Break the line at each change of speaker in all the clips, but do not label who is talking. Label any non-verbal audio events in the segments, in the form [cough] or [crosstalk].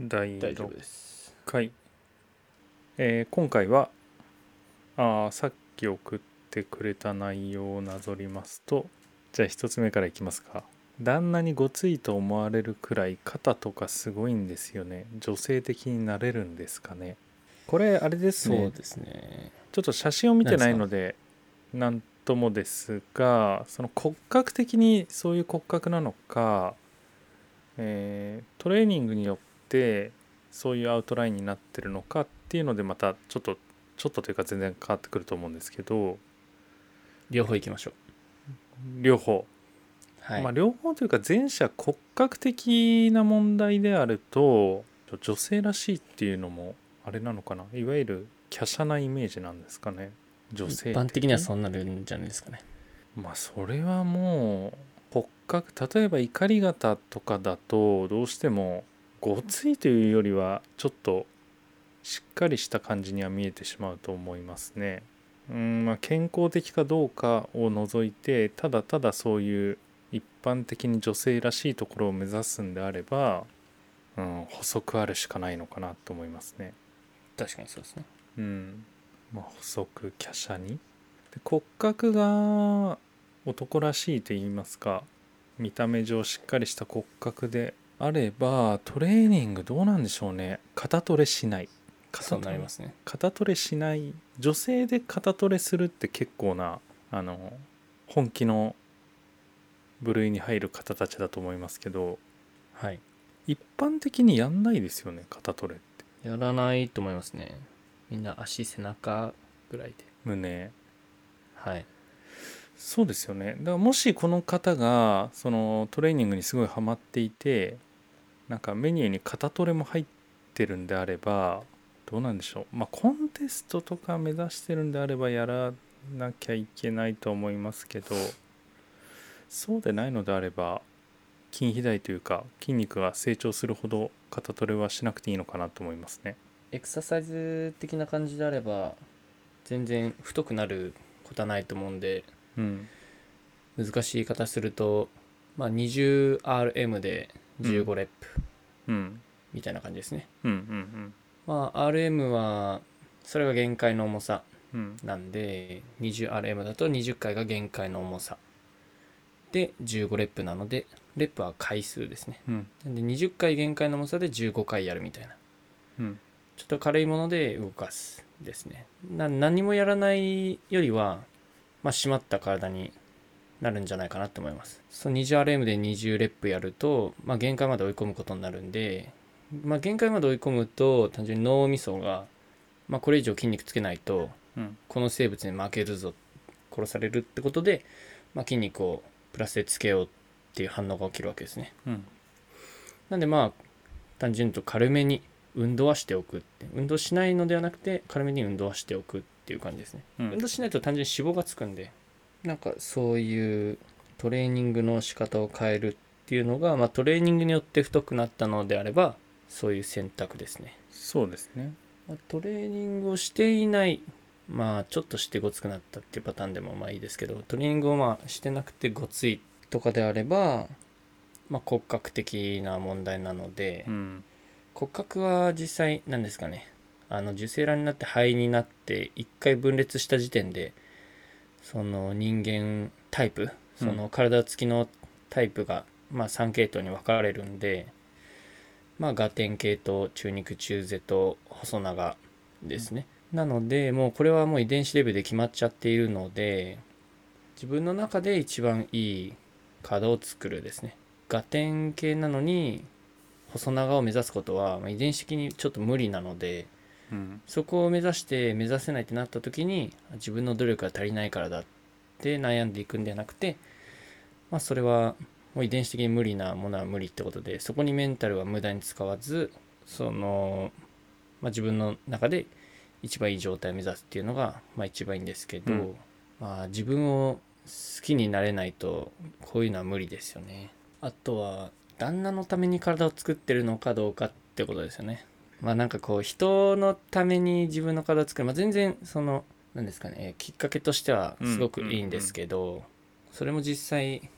第
大丈夫
6
です
回、えー今回はあーさっき送ってくれた内容をなぞりますとじゃあ1つ目からいきますか旦那にごついと思われるくらい肩とかすごいんですよね女性的になれるんですかねこれあれです
そう
ね
ですね
ちょっと写真を見てないので何ともですがその骨格的にそういう骨格なのか、えートレーニングによってそういうアウトラインになってるのかっていうのでまたちょっとちょっとというか全然変わってくると思うんですけど
両方行きましょう
両方、
はい、
まあ、両方というか前者骨格的な問題であると女性らしいっていうのもあれなのかないわゆる華奢なイメージなんですかね女
一
性
般的にはそうなるんじゃないですかね
まあそれはもう骨格例えば怒り型とかだとどうしてもごついというよりはちょっとしっかりした感じには見えてしまうと思いますね。うんまあ、健康的かどうかを除いてただただそういう一般的に女性らしいところを目指すんであれば、うん、細くあるしかないのかなと思いますね。
確かにそうですね
うんまあ、細く華奢にで骨格が男らしいと言いますか見た目上しっかりした骨格であればトレーニングどうなんでしょうね肩トレしない肩
そう
ト
な
レ
りますね
肩トレしない女性で肩トレするって結構なあの本気の部類に入る方たちだと思いますけど
はい
一般的にやんないですよね肩トレって
やらないと思いますねみんな足背中ぐらいで
胸
はい
そうですよねだからもしこの方がそのトレーニングにすごいハマっていてなんかメニューに肩トレも入ってるんであればどうなんでしょうまあコンテストとか目指してるんであればやらなきゃいけないと思いますけどそうでないのであれば筋肥大というか筋肉が成長するほど肩トレはしなくていいのかなと思いますね。
エクササイズ的な感じであれば全然太くなることはないと思うんで
うん、
難しい言い方すると、まあ、20RM で15レップ
うん、
みたいな感じですね、
うん、うん、
まあ RM はそれが限界の重さ
うん、うん、
なんで 20RM だと20回が限界の重さで15レップなのでレップは回数ですね
うん、
なんで20回限界の重さで15回やるみたいな
うん、
ちょっと軽いもので動かすですねな何もやらないよりは、まあ、締まった体になるんじゃないかなと思いますその 20RM で20レップやると、まあ、限界まで追い込むことになるんで、まあ、限界まで追い込むと単純に脳みそが、まあ、これ以上筋肉つけないと
うん、
この生物に負けるぞ殺されるってことで、まあ、筋肉をプラスでつけようっていう反応が起きるわけですね
うん、
なんでまあ単純に言うと軽めに運動はしておくって運動しないのではなくて軽めに運動はしておくっていう感じですね、
うん
運動しないと単純に脂肪がつくんでなんかそういうトレーニングの仕方を変えるっていうのが、まあ、トレーニングによって太くなったのであればそういう選択ですね、
そうですね。
まあトレーニングをしていないまあちょっとしてごつくなったっていうパターンでもまあいいですけどトレーニングをまあしてなくてごついとかであれば、まあ、骨格的な問題なので、
うん
骨格は実際何ですかねあの受精卵になって肺になって一回分裂した時点でその人間タイプその体つきのタイプが、まあ、3系統に分かれるんでまあガテン系と中肉中背と細長ですね、なのでもうこれはもう遺伝子レベルで決まっちゃっているので自分の中で一番いい体を作るですねガテン系なのに細長を目指すことはまあ遺伝子的にちょっと無理なので
うん
そこを目指して目指せないってなった時に自分の努力が足りないからだって悩んでいくんではなくて、まあ、それはもう遺伝子的に無理なものは無理ってことでそこにメンタルは無駄に使わずその、まあ、自分の中で一番いい状態を目指すっていうのが、まあ、一番いいんですけど、
うん
まあ、自分を好きになれないとこういうのは無理ですよね。あとは旦那のために体を作ってるのかどうかってことですよね。まあなんかこう人のために自分の体を作る、まあ、全然その何ですかねえーきっかけとしてはすごくいいんですけど、それも実際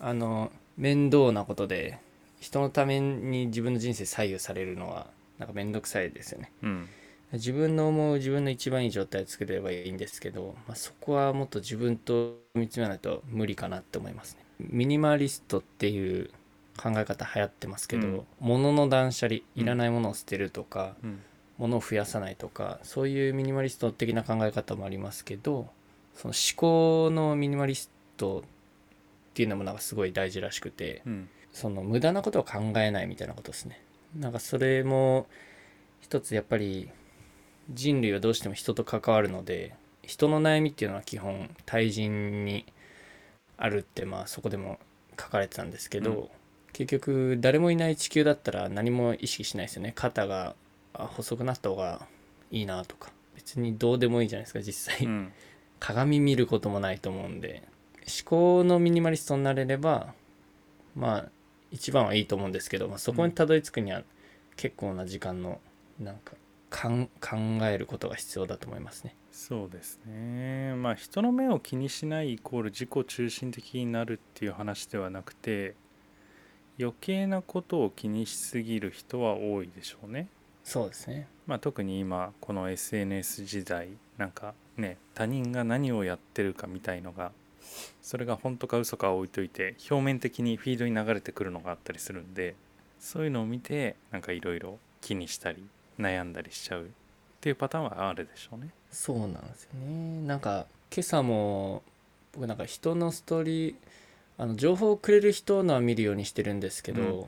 あの面倒なことで一人のために自分の人生左右されるのはなんか面倒くさいですよね
うん
自分の思う自分の一番いい状態を作ればいいんですけど、まあ、そこはもっと自分と見つめないと無理かなって思いますねミニマリストっていう考え方流行ってますけど、
うん
物の断捨離いらないものを捨てるとか、
うん
物を増やさないとかそういうミニマリスト的な考え方もありますけどその思考のミニマリストっていうのもなんかすごい大事らしくて
うん
その無駄なことを考えないみたいなことですねなんかそれも一つやっぱり人類はどうしても人と関わるので人の悩みっていうのは基本対人にあるってまあそこでも書かれてたんですけど、
うん
結局誰もいない地球だったら何も意識しないですよね肩があ細くなった方がいいなとか別にどうでもいいじゃないですか実際、
うん
鏡見ることもないと思うんで思考のミニマリストになれればまあ一番はいいと思うんですけど、まあ、そこにたどり着くには結構な時間のなんかかん考えることが必要だと思いますね。
そうですねまあ人の目を気にしないイコール自己中心的になるっていう話ではなくて余計なことを気にしすぎる人は多いでしょうね。
そうですね。
まあ、特に今この SNS 時代なんかね他人が何をやってるかみたいのがそれが本当か嘘かは置いといて表面的にフィードに流れてくるのがあったりするんでそういうのを見てなんかいろいろ気にしたり悩んだりしちゃうっていうパターンはあるでしょうね。
そうなんですよね。なんか今朝も僕なんか人のストーリーあの情報をくれる人のは見るようにしてるんですけど、
うん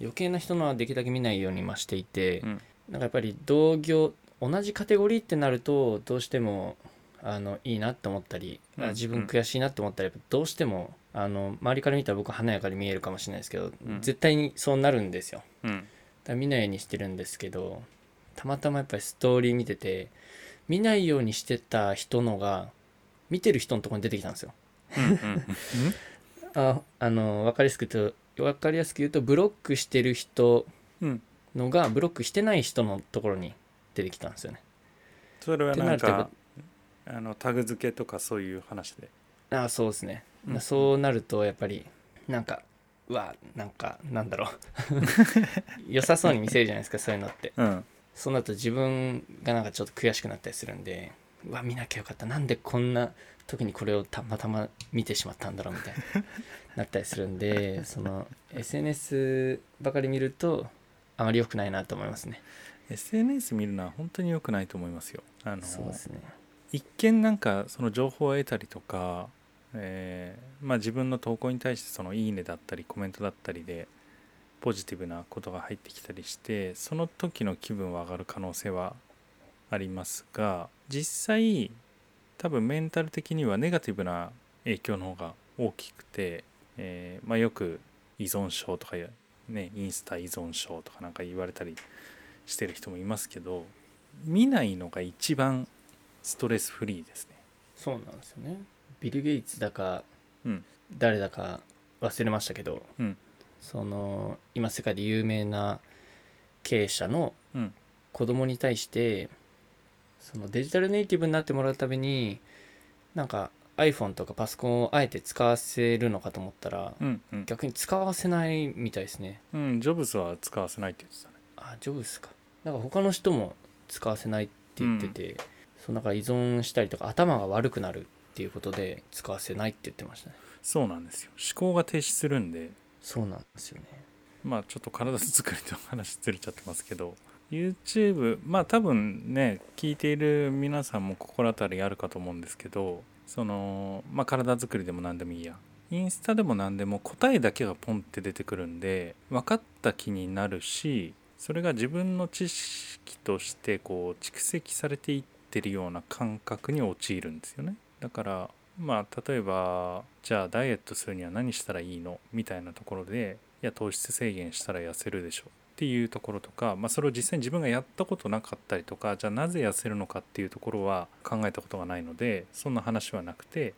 余計な人のはできるだけ見ないように今していて、
うん
なんかやっぱり同業同じカテゴリーってなるとどうしてもあのいいなって思ったり、
うん
あ自分悔しいなって思ったりやっぱどうしてもあの周りから見たら僕は華やかに見えるかもしれないですけど、
うん
絶対にそうなるんですよ
うん
だから見ないようにしてるんですけどたまたまやっぱりストーリー見てて見ないようにしてた人のが見てる人のところに出てきたんですよ
うんうん
ああの分かりやすく言うと分かりやすく言うとブロックしてる人
うん
のがブロックしてない人のところに出てきたんですよね
[laughs] それは
って
な
なんるとやっ
かあのタグ付けとかそういう話で。
あそうですね、
うん
そうなるとやっぱりなんかうわなんかなんだ [laughs] ろう良さそうに見せるじゃないですかそういうのって
うん
そうなると自分がなんかちょっと悔しくなったりするんでうわ見なきゃよかったなんでこんな時にこれをたまたま見てしまったんだろうみたいななったりするん [laughs] でその SNS ばかり見るとあまり良くないなと思いますね
SNS 見るのは本当に良くないと思いますよ。あの
そうですね
一見なんかその情報を得たりとか、えーまあ、自分の投稿に対してその「いいね」だったりコメントだったりでポジティブなことが入ってきたりしてその時の気分は上がる可能性はありますが実際多分メンタル的にはネガティブな影響の方が大きくて、えーまあ、よく依存症とかや、ね、インスタ依存症とかなんか言われたりしてる人もいますけど見ないのが一番ストレスフリーですね。
そうなんですよねビル・ゲイツだか、
うん
誰だか忘れましたけど、
うん
その今世界で有名な経営者の
うん
子供に対してそのデジタルネイティブになってもらうためになんか iPhone とかパソコンをあえて使わせるのかと思ったら、
うんうん。
逆に使わせないみたいですね
うん、ジョブズは使わせないって言ってたね。
あジョブスかなんか他の人も使わせないって言ってて、そうなんか依存したりとか頭が悪くなるっていうことで使わせないって言ってましたね
そうなんですよ。思考が停止するんで、
そうなんですよね
まあちょっと体作りと話ずれちゃってますけど、YouTube、まあ多分ね、聞いている皆さんも心当たりあるかと思うんですけど、その、まあ体作りでも何でもいいや。インスタでも何でも答えだけがポンって出てくるんで、分かった気になるし、それが自分の知識としてこう蓄積されていってるような感覚に陥るんですよね。だからまあ例えばじゃあダイエットするには何したらいいのみたいなところでいや糖質制限したら痩せるでしょっていうところとか、まあ、それを実際に自分がやったことなかったりとかじゃあなぜ痩せるのかっていうところは考えたことがないのでそんな話はなくて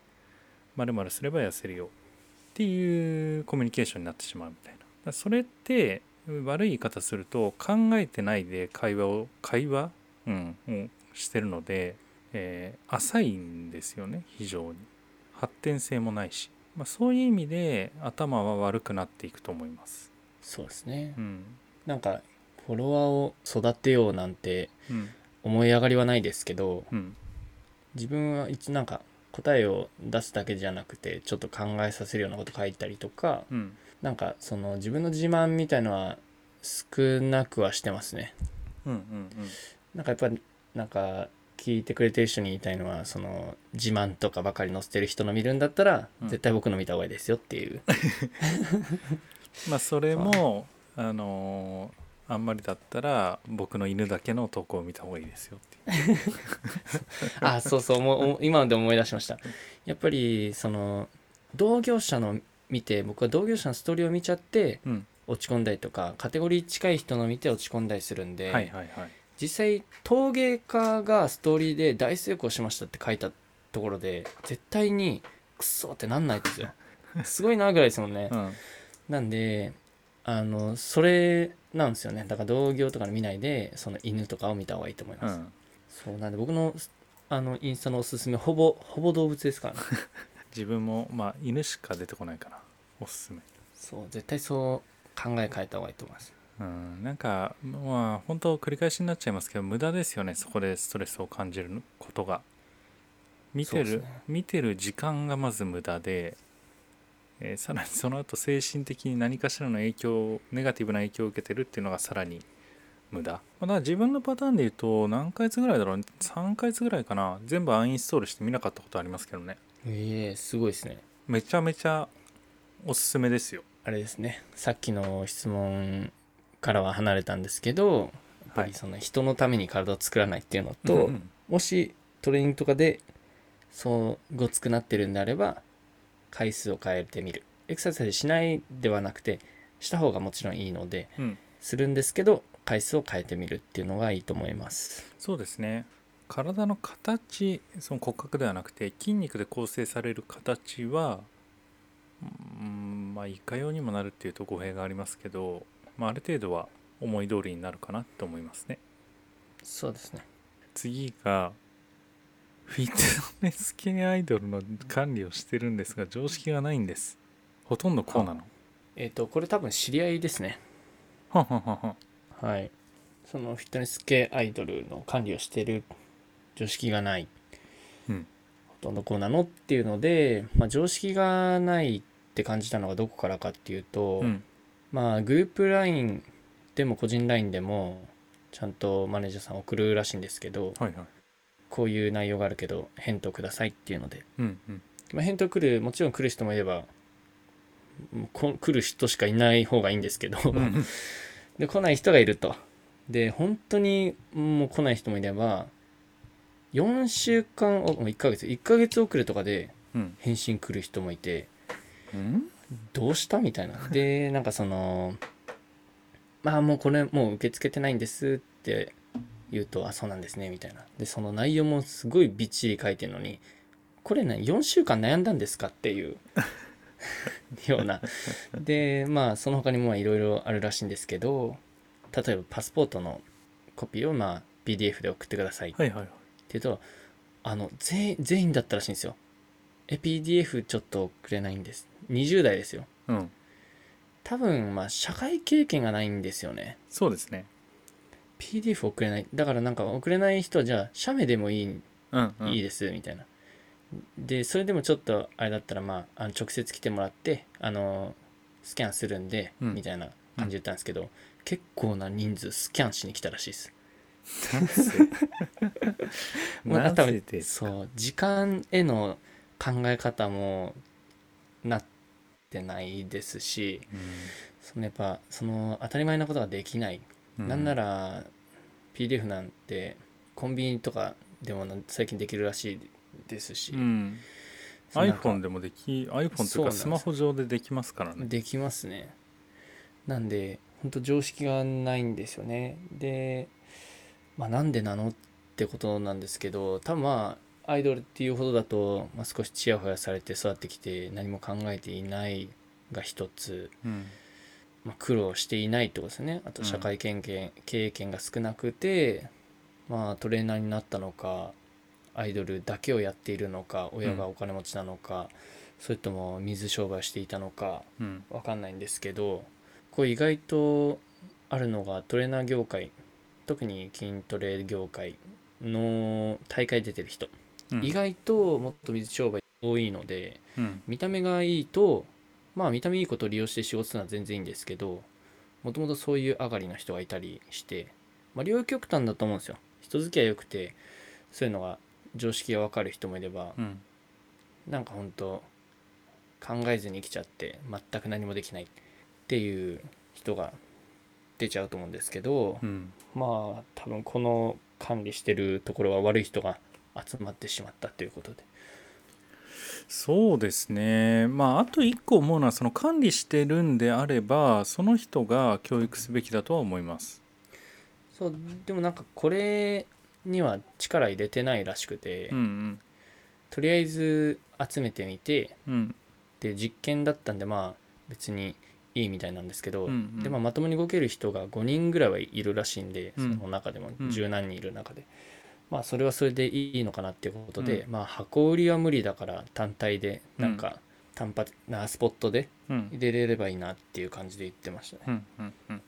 まるすれば痩せるよっていうコミュニケーションになってしまうみたいなだからそれって悪い言い方すると考えてないで会話を会話、うん、をしてるので、えー浅いんですよね非常に発展性もないし、まあ、そういう意味で頭は悪くなっていくと思います
そうですね
うん
なんかフォロワーを育てようなんて
うん
思い上がりはないですけど
うん
自分は一なんか答えを出すだけじゃなくてちょっと考えさせるようなこと書いたりとか
うん
なんかその自分の自慢みたいのは少なくはしてますね
うんうん
なんかやっぱなんか聞いてくれてる人に言いたいのはその自慢とかばかり載せてる人の見るんだったら、
うん
絶対僕の見た方がいいですよっていう
まあそれもあのーあんまりだったら僕の犬だけの投稿を見た方がいいですよっていう
[laughs] あそうそうもうお今ので思い出しましたやっぱりその同業者の見て僕は同業者のストーリーを見ちゃって
うん
落ち込んだりとかカテゴリー近い人の見て落ち込んだりするんで、
はいはいはい
実際陶芸家がストーリーで大成功しましたって書いたところで絶対にクソってなんないですよすごいなぐらいですもんね、
うん
なんであのそれなんですよねだから同業とかの見ないでその犬とかを見た方がいいと思いま
う
す、
ん
そうなんで僕のあのインスタのおすすめほぼほぼ動物ですからね
自分もまあ犬しか出てこないからおすすめ
そう絶対そう考え変えた方がいいと思います
うんなんかまあ本当繰り返しになっちゃいますけど無駄ですよねそこでストレスを感じることが見て
そう
る、
ですね
見てる時間がまず無駄で、えーさらにその後精神的に何かしらの影響ネガティブな影響を受けてるっていうのがさらに無駄まあだから自分のパターンで言うと何ヶ月ぐらいだろう3ヶ月ぐらいかな全部アンインストールして見なかったことありますけどね
ええすごいですね
めちゃめちゃおすすめですよ
あれですねさっきの質問からは離れたんですけどやっぱりその人のために体を作らないっていうのと、
うんうん
もしトレーニングとかでそうごつくなってるんであれば回数を変えてみるエクササイズしないではなくてした方がもちろんいいので
うん
するんですけど回数を変えてみるっていうのがいいと思います
そうですね体の形その骨格ではなくて筋肉で構成される形はうんまあいかようにもなるっていうと語弊がありますけど、まあ、ある程度は思い通りになるかなと思いますね
そうですね
次がフィットネス系アイドルの管理をしてるんですが常識がないんですほとんどこうなの
えっ、とこれ多分知り合いですね
はんはんはんはん
はいそのフィットネス系アイドルの管理をしてる常識がない、
うん
ほとんどこうなのっていうので、まあ、常識がないって感じたのがどこからかっていうと、
うん
まあグループ LINE でも個人 LINE でもちゃんとマネージャーさん送るらしいんですけど
はいはい
こういう内容があるけど返答くださいっていうので、
うんうん
まあ、返答来るもちろん来る人もいればもうこ来る人しかいない方がいいんですけど、
うん
で来ない人がいるとで本当にもう来ない人もいれば4週間お1ヶ月1ヶ月遅れとかで
うん
返信来る人もいて
うん
どうしたみたいな。で、なんかその、まあもうこれもう受け付けてないんですって言うと、あ、そうなんですね、みたいな。で、その内容もすごいびっちり書いてるのに、これね、4週間悩んだんですかっていうような。で、まあその他にもまあいろいろあるらしいんですけど、例えばパスポートのコピーをまあ PDF で送ってください
はいはいはい
って言うとあの全員全員だったらしいんですよえ PDF ちょっとくれないんです20代ですよ
うん
多分まあ社会経験がないんですよね
そうですね
PDF 送れないだからなんか送れない人はじゃあ写メでもいい,、
うんうん
いいですみたいなでそれでもちょっとあれだったらまああの直接来てもらってあのスキャンするんで、
うん
みたいな感じで言ったんですけど、結構な人数スキャンしに来たらしいです
なんせ
[laughs] もう
なぜ
改め
で
て
す
そう時間への考え方もなってないですしそのやっぱその当たり前なことができない、
う
なんなら PDF なんてコンビニとかでもなん最近できるらしいですし、
うん、
そうなんか
iPhone でもでき iPhone と
そう
いうか
なんです
スマホ上でできますからね
できますねなんで本当常識がないんですよねで、まあ、なんでなのってことなんですけど多分まあアイドルっていうほどだと、まあ、少しちやほやされて育ってきて何も考えていないが一つ、
うん
まあ、苦労していないってことですねあと
うん
社会経験,、経験が少なくて、まあ、トレーナーになったのかアイドルだけをやっているのか親がお金持ちなのか、それとも水商売をしていたのか
うん
わかんないんですけど構意外とあるのがトレーナー業界特に筋トレ業界の大会出てる人、
うん
意外ともっと水商売多いので
うん
見た目がいいとまあ見た目いいことを利用して仕事するのは全然いいんですけどもともとそういう上がりの人がいたりして、まあ、両極端だと思うんですよ人付き合い良くてそういうのが常識が分かる人もいれば
うん
なんかほんと考えずに生きちゃって全く何もできないっていう人が出ちゃうと思うんですけど、
うん
まあ多分この管理してるところは悪い人が集まってしまったということで。
そうですねまああと一個思うのはその管理してるんであればその人が教育すべきだとは思います
そうでもなんかこれには力入れてないらしくて、
うん
とりあえず集めてみて
うんうん
で実験だったんでまあ別にいいみたいなんですけど、
うんうん
でまあまともに動ける人が5人ぐらいはいるらしいんで、
うん
その中でも
うん
十何人いる中で、まあそれはそれでいいのかなっていうことで、
う
まあ箱売りは無理だから単体でなんか単発なスポットで
うん
入れれればいいなっていう感じで言ってましたね。
うんうんうん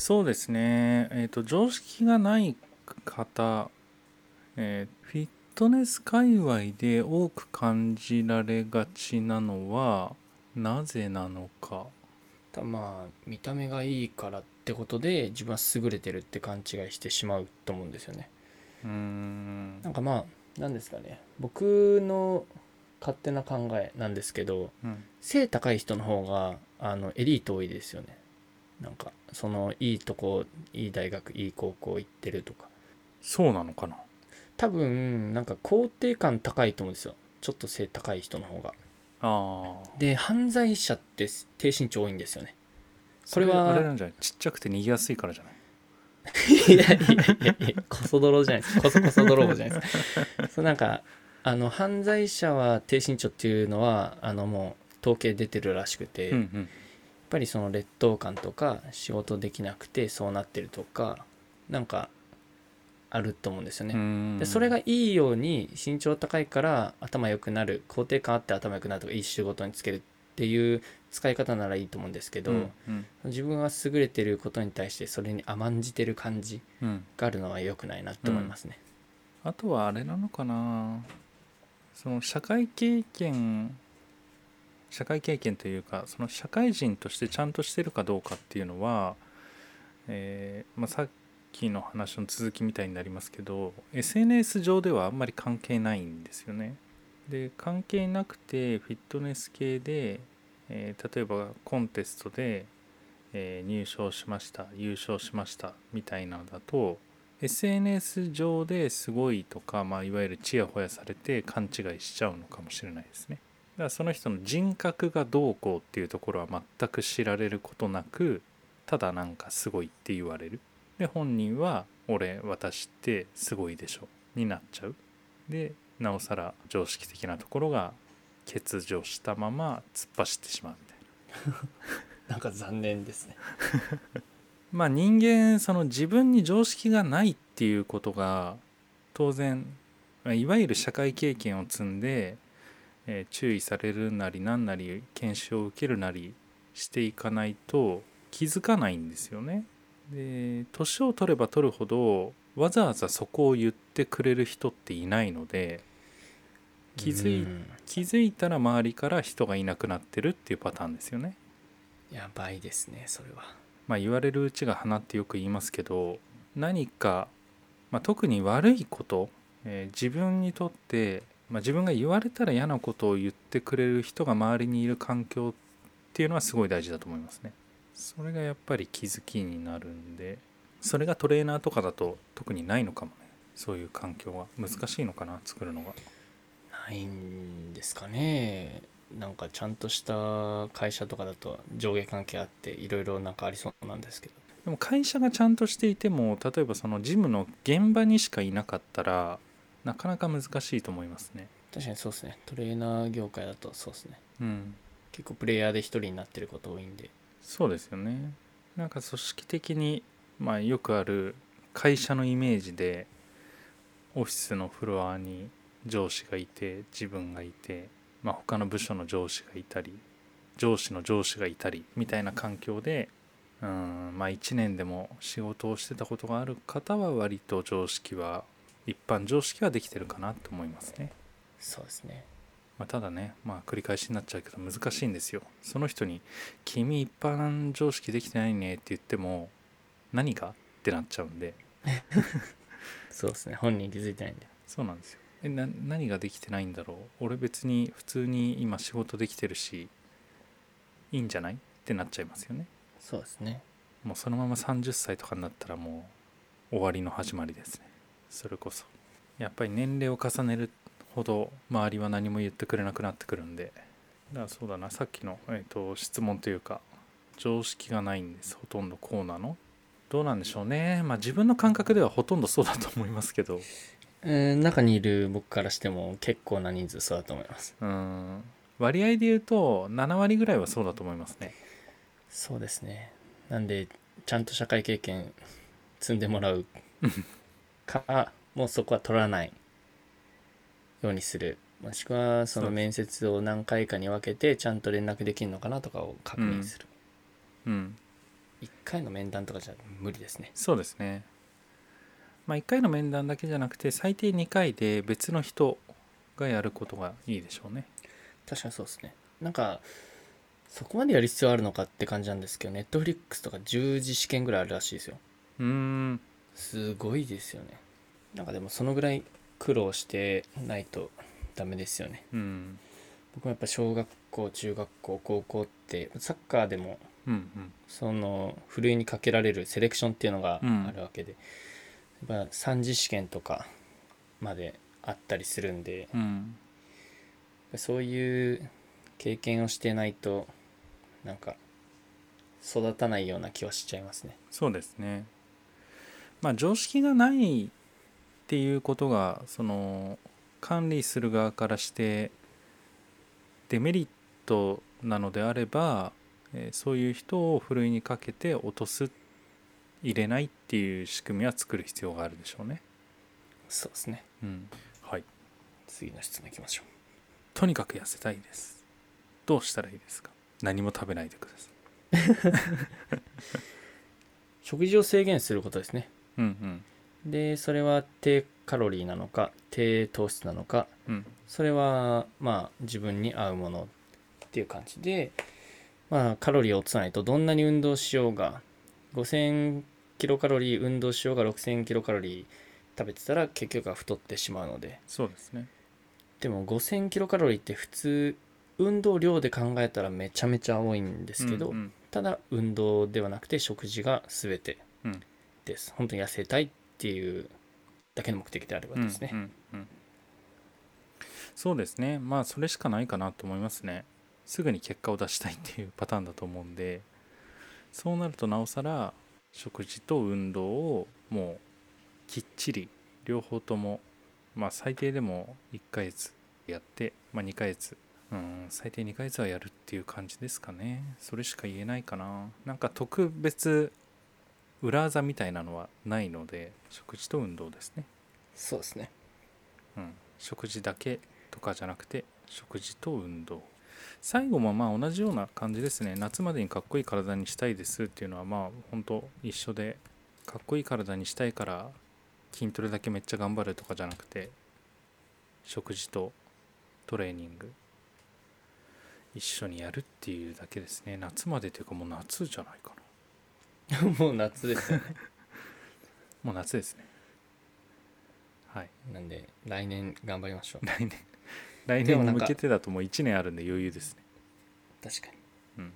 そうですね、えー、と常識がない方、えーフィットネス界隈で多く感じられがちなのはなぜなのか
ただまあ見た目がいいからってことで自分は優れてるって勘違いしてしまうと思うんですよね。
うーん
なんかまあ何ですかね僕の勝手な考えなんですけど
うん
背高い人の方があのエリート多いですよねなんかそのいいとこいい大学いい高校行ってるとか
そうなのかな
多分なんか肯定感高いと思うんですよちょっと背高い人の方が
ああ
で犯罪者って低身長多いんですよね
それ
これは
はあれなんじゃないちっちゃくて逃げやすいからじゃない
いやいやいやいやこそ泥じゃないですこそこそ泥棒じゃないですそうなんかあの犯罪者は低身長っていうのはあのもう統計出てるらしくて、
うんうん
やっぱりその劣等感とか仕事できなくてそうなってるとかなんかあると思うんですよ
う
ね、
ーん
でそれがいいように身長高いから頭良くなる肯定感あって頭良くなるとかいい仕事につけるっていう使い方ならいいと思うんですけど、
うんうん
自分は優れてることに対してそれに甘んじてる感じ
うん
があるのは良くないなって思いますね、
あとはあれなのかなその社会経験社会経験というかその社会人としてちゃんとしてるかどうかっていうのは、えーまあ、さっきの話の続きみたいになりますけど SNS 上ではあんまり関係ないんですよね。で関係なくてフィットネス系で、えー例えばコンテストで、えー入賞しました優勝しましたみたいなのだと SNS 上ですごいとか、まあ、いわゆるちやほやされて勘違いしちゃうのかもしれないですね。だからその人の人格がどうこうっていうところは全く知られることなくただなんかすごいって言われる。で本人は「俺私ってすごいでしょ」になっちゃう。でなおさら常識的なところが欠如したまま突っ走ってしまうみたいな。
なんか残念ですね
まあ人間その自分に常識がないっていうことが当然まあいわゆる社会経験を積んで、えー注意されるなりなんなり研修を受けるなりしていかないと気づかないんですよね。で年を取れば取るほどわざわざそこを言ってくれる人っていないので気づい
うん
気づいたら周りから人がいなくなってるっていうパターンですよね。
やばいですねそれは
まあ、言われるうちが花ってよく言いますけど何か、まあ、特に悪いこと、えー自分にとって、まあ、自分が言われたら嫌なことを言ってくれる人が周りにいる環境っていうのはすごい大事だと思いますね。それがやっぱり気づきになるんでそれがトレーナーとかだと特にないのかもねそういう環境は難しいのかな作るのが。
ないんですかねなんかちゃんとした会社とかだと上下関係あっていろいろなんかありそうなんですけど
でも会社がちゃんとしていても例えばそのジムの現場にしかいなかったらなかなか難しいと思いますね。
確かにそうですねトレーナー業界だとそうですね
うん
結構プレイヤーで一人になってること多いんで
そうですよねなんか組織的に、まあ、よくある会社のイメージでオフィスのフロアに上司がいて自分がいて、まあ、他の部署の上司がいたり上司の上司がいたりみたいな環境でうんまあ1年でも仕事をしてたことがある方は割と常識は一般常識はできてるかなと思いますね、
そうですね
まあ、ただねまあ繰り返しになっちゃうけど難しいんですよその人に「君一般常識できてないね」って言っても何がってなっちゃうんで
そうですね本人気づいてないんで
そうなんですよえな何ができてないんだろう俺別に普通に今仕事できてるしいいんじゃないってなっちゃいますよね
そうですね
もうそのまま30歳とかになったらもう終わりの始まりですねそれこそやっぱり年齢を重ねるほど周りは何も言ってくれなくなってくるんでだからそうだなさっきの、えー、と質問というか常識がないんですほとんどこうなのどうなんでしょうねまあ自分の感覚ではほとんどそうだと思いますけど
うん中にいる僕からしても結構な人数そうだと思います
うん割合で言うと7割ぐらいはそうだと思いますね
そうですねなんでちゃんと社会経験積んでもらうかもうそこは取らないようにするもしくはそ
そ
の
うです
面接を何回かに分けてちゃんと連絡できるのかなとかを確認する、
うん
一1回の面談とかじゃ無理ですね
そうですね。まあ、1回の面談だけじゃなくて最低2回で別の人がやることがいいでしょうね。
確かにそうですねなんかそこまでやる必要あるのかって感じなんですけどネットフリックスとか10次試験ぐらいあるらしいですよ
うーん
すごいですよねなんかでもそのぐらい苦労してないとダメですよね
うん
僕もやっぱ小学校中学校高校ってサッカーでも
うんうん
そのふるいにかけられるセレクションっていうのが
うん
あるわけで、やっぱ3次試験とかまであったりするんで
うん
そういう経験をしてないとなんか育たないような気はしちゃいますね
そうですね。まあ常識がないっていうことがその管理する側からしてデメリットなのであれば、えーそういう人をふるいにかけて落とす入れないっていう仕組みは作る必要があるでしょうね。
そうですね
うん、はい
次の質問いきましょう
とにかく痩せたいですどうしたらいいですか何も食べないでください
食事を制限することですね
うん
でそれは低カロリーなのか低糖質なのか
うんうん
それはまあ自分に合うものっていう感じで、まあ、カロリーを落とさないとどんなに運動しようが5000キロカロリー運動しようが6000キロカロリー食べてたら結局は太ってしまうので
そうですね
でも5000キロカロリーって普通運動量で考えたらめちゃめちゃ多いんですけど、
うんうん
ただ運動ではなくて食事が全て
うん
です、本当に痩せたいっていうだけの目的であればですね、
うんうんうんそうですねまあそれしかないかなと思いますねすぐに結果を出したいっていうパターンだと思うんでそうなるとなおさら食事と運動をもうきっちり両方ともまあ最低でも1ヶ月やって、まあ、2ヶ月うん最低2ヶ月はやるっていう感じですかねそれしか言えないかななんか特別裏技みたいなのはないので食事と運動ですね
そうですね [laughs]
うん、食事だけとかじゃなくて食事と運動最後もまあ同じような感じですね夏までにかっこいい体にしたいですっていうのはまあ本当一緒でかっこいい体にしたいから筋トレだけめっちゃ頑張るとかじゃなくて食事とトレーニング一緒にやるっていうだけですね夏までというかもう夏じゃないかな
もう夏ですよね
もう夏ですねはい
なんで来年頑張りましょう
来年来
でも
年
な
に
んか
向けてだともう1年あるんで余裕ですね
確かに
うん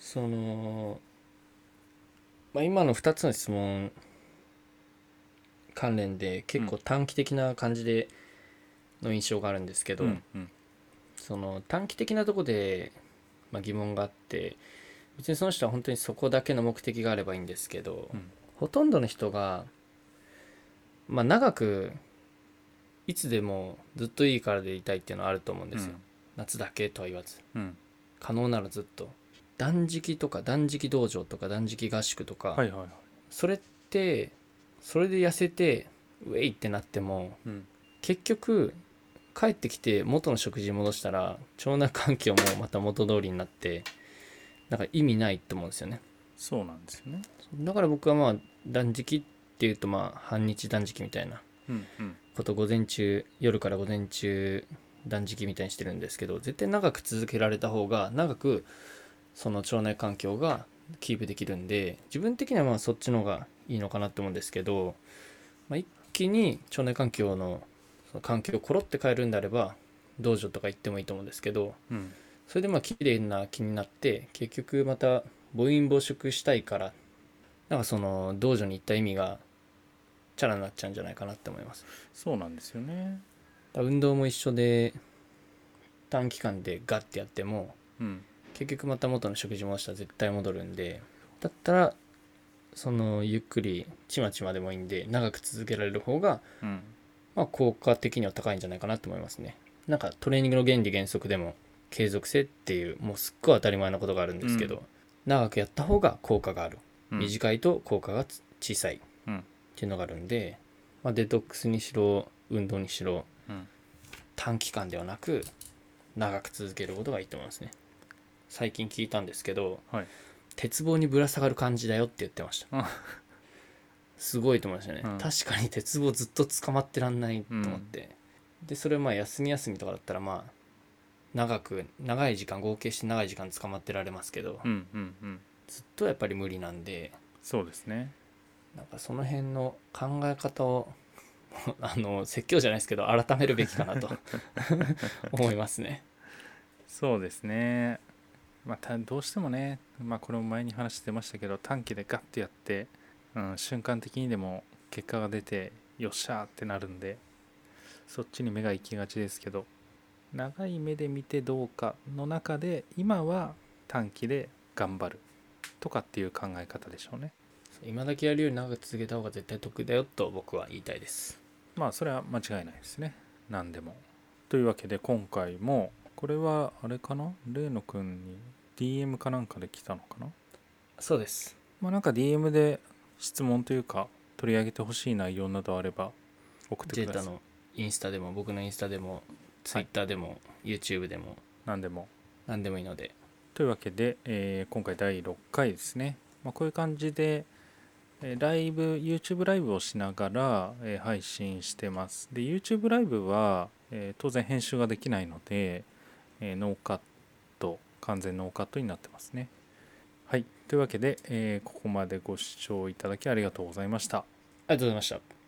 その、まあ、今の2つの質問関連で結構短期的な感じでの印象があるんですけど、
うんうん
その短期的なとこで、まあ、疑問があって別にその人は本当にそこだけの目的があればいいんですけど、
うん
ほとんどの人が、まあ、長くいつでもずっといいからでいたいっていうのはあると思うんですよ、夏だけとは言わず。
うん
可能ならずっと断食とか断食道場とか断食合宿とか、
はいはいはい、
それってそれで痩せてウェイってなっても
うん
結局帰ってきて元の食事に戻したら腸内環境もまた元通りになってなんか意味ないと思うんですよね
そうなんですよね。
だから僕はまあ断食っていうとまあ半日断食みたいな
うんうん。
こと午前中夜から午前中断食みたいにしてるんですけど絶対長く続けられた方が長くその腸内環境がキープできるんで自分的にはまあそっちの方がいいのかなと思うんですけど、まあ、一気に腸内環境のその環境をコロって変えるんであれば道場とか行ってもいいと思うんですけど
うん、
それでまあ綺麗な気になって結局また暴飲暴食したいからなんかその道場に行った意味がチャラになっちゃうんじゃないかなって思います。
そうなんですよね。
運動も一緒で短期間でガッてやっても
うん。
結局また元の食事戻したら絶対戻るんでだったらそのゆっくりちまちまでもいいんで長く続けられる方が、
うん。
まあ、効果的には高いんじゃないかなと思いますねなんかトレーニングの原理原則でも継続性っていうもうすっごい当たり前のことがあるんですけど、
うん
長くやった方が効果がある
うん
短いと効果がつ小さいっ
うん
ていうのがあるんで、まあ、デトックスにしろ運動にしろ
うん
短期間ではなく長く続けることがいいと思いますね最近聞いたんですけど、
はい
鉄棒にぶら下がる感じだよって言ってまし
あ
たすごいと思いましたね、
うん
確かに鉄棒ずっと捕まってらんないと思って、でそれをまあ休み休みとかだったらまあ長く長い時間合計して長い時間捕まってられますけど、
うんうんうん。
ずっとやっぱり無理なんで
そうですね。
なんかその辺の考え方を [laughs] あの説教じゃないですけど改めるべきかな
[laughs]
と思いますね
そうですね。まあ、たどうしてもね、まあ、これも前に話してましたけど短期でガッてやって、うん、瞬間的にでも結果が出てよっしゃーってなるんでそっちに目が行きがちですけど長い目で見てどうかの中で今は短期で頑張るとかっていう考え方でしょうね。
今だけやるより長く続けた方が絶対得だよと僕は言いたいです
まあそれは間違いないですね何でもというわけで今回もこれはあれかな例のくんに DM かなんかで来たのかな
そうです
まあなんか DM で質問というか取り上げてほしい内容などあれば送って
ジェ
く
ー
だ
タ
さい
のインスタでも僕のインスタでもツイッターでも、YouTube でも
何でも
何でもいいので
というわけで、えー今回第6回ですね、まあ、こういう感じで、えーライブ YouTube ライブをしながら、えー配信してますで YouTube ライブは、えー当然編集ができないので、えーノーカット完全ノーカットになってますねはいというわけで、えーここまでご視聴いただきありがとうございました
ありがとうございました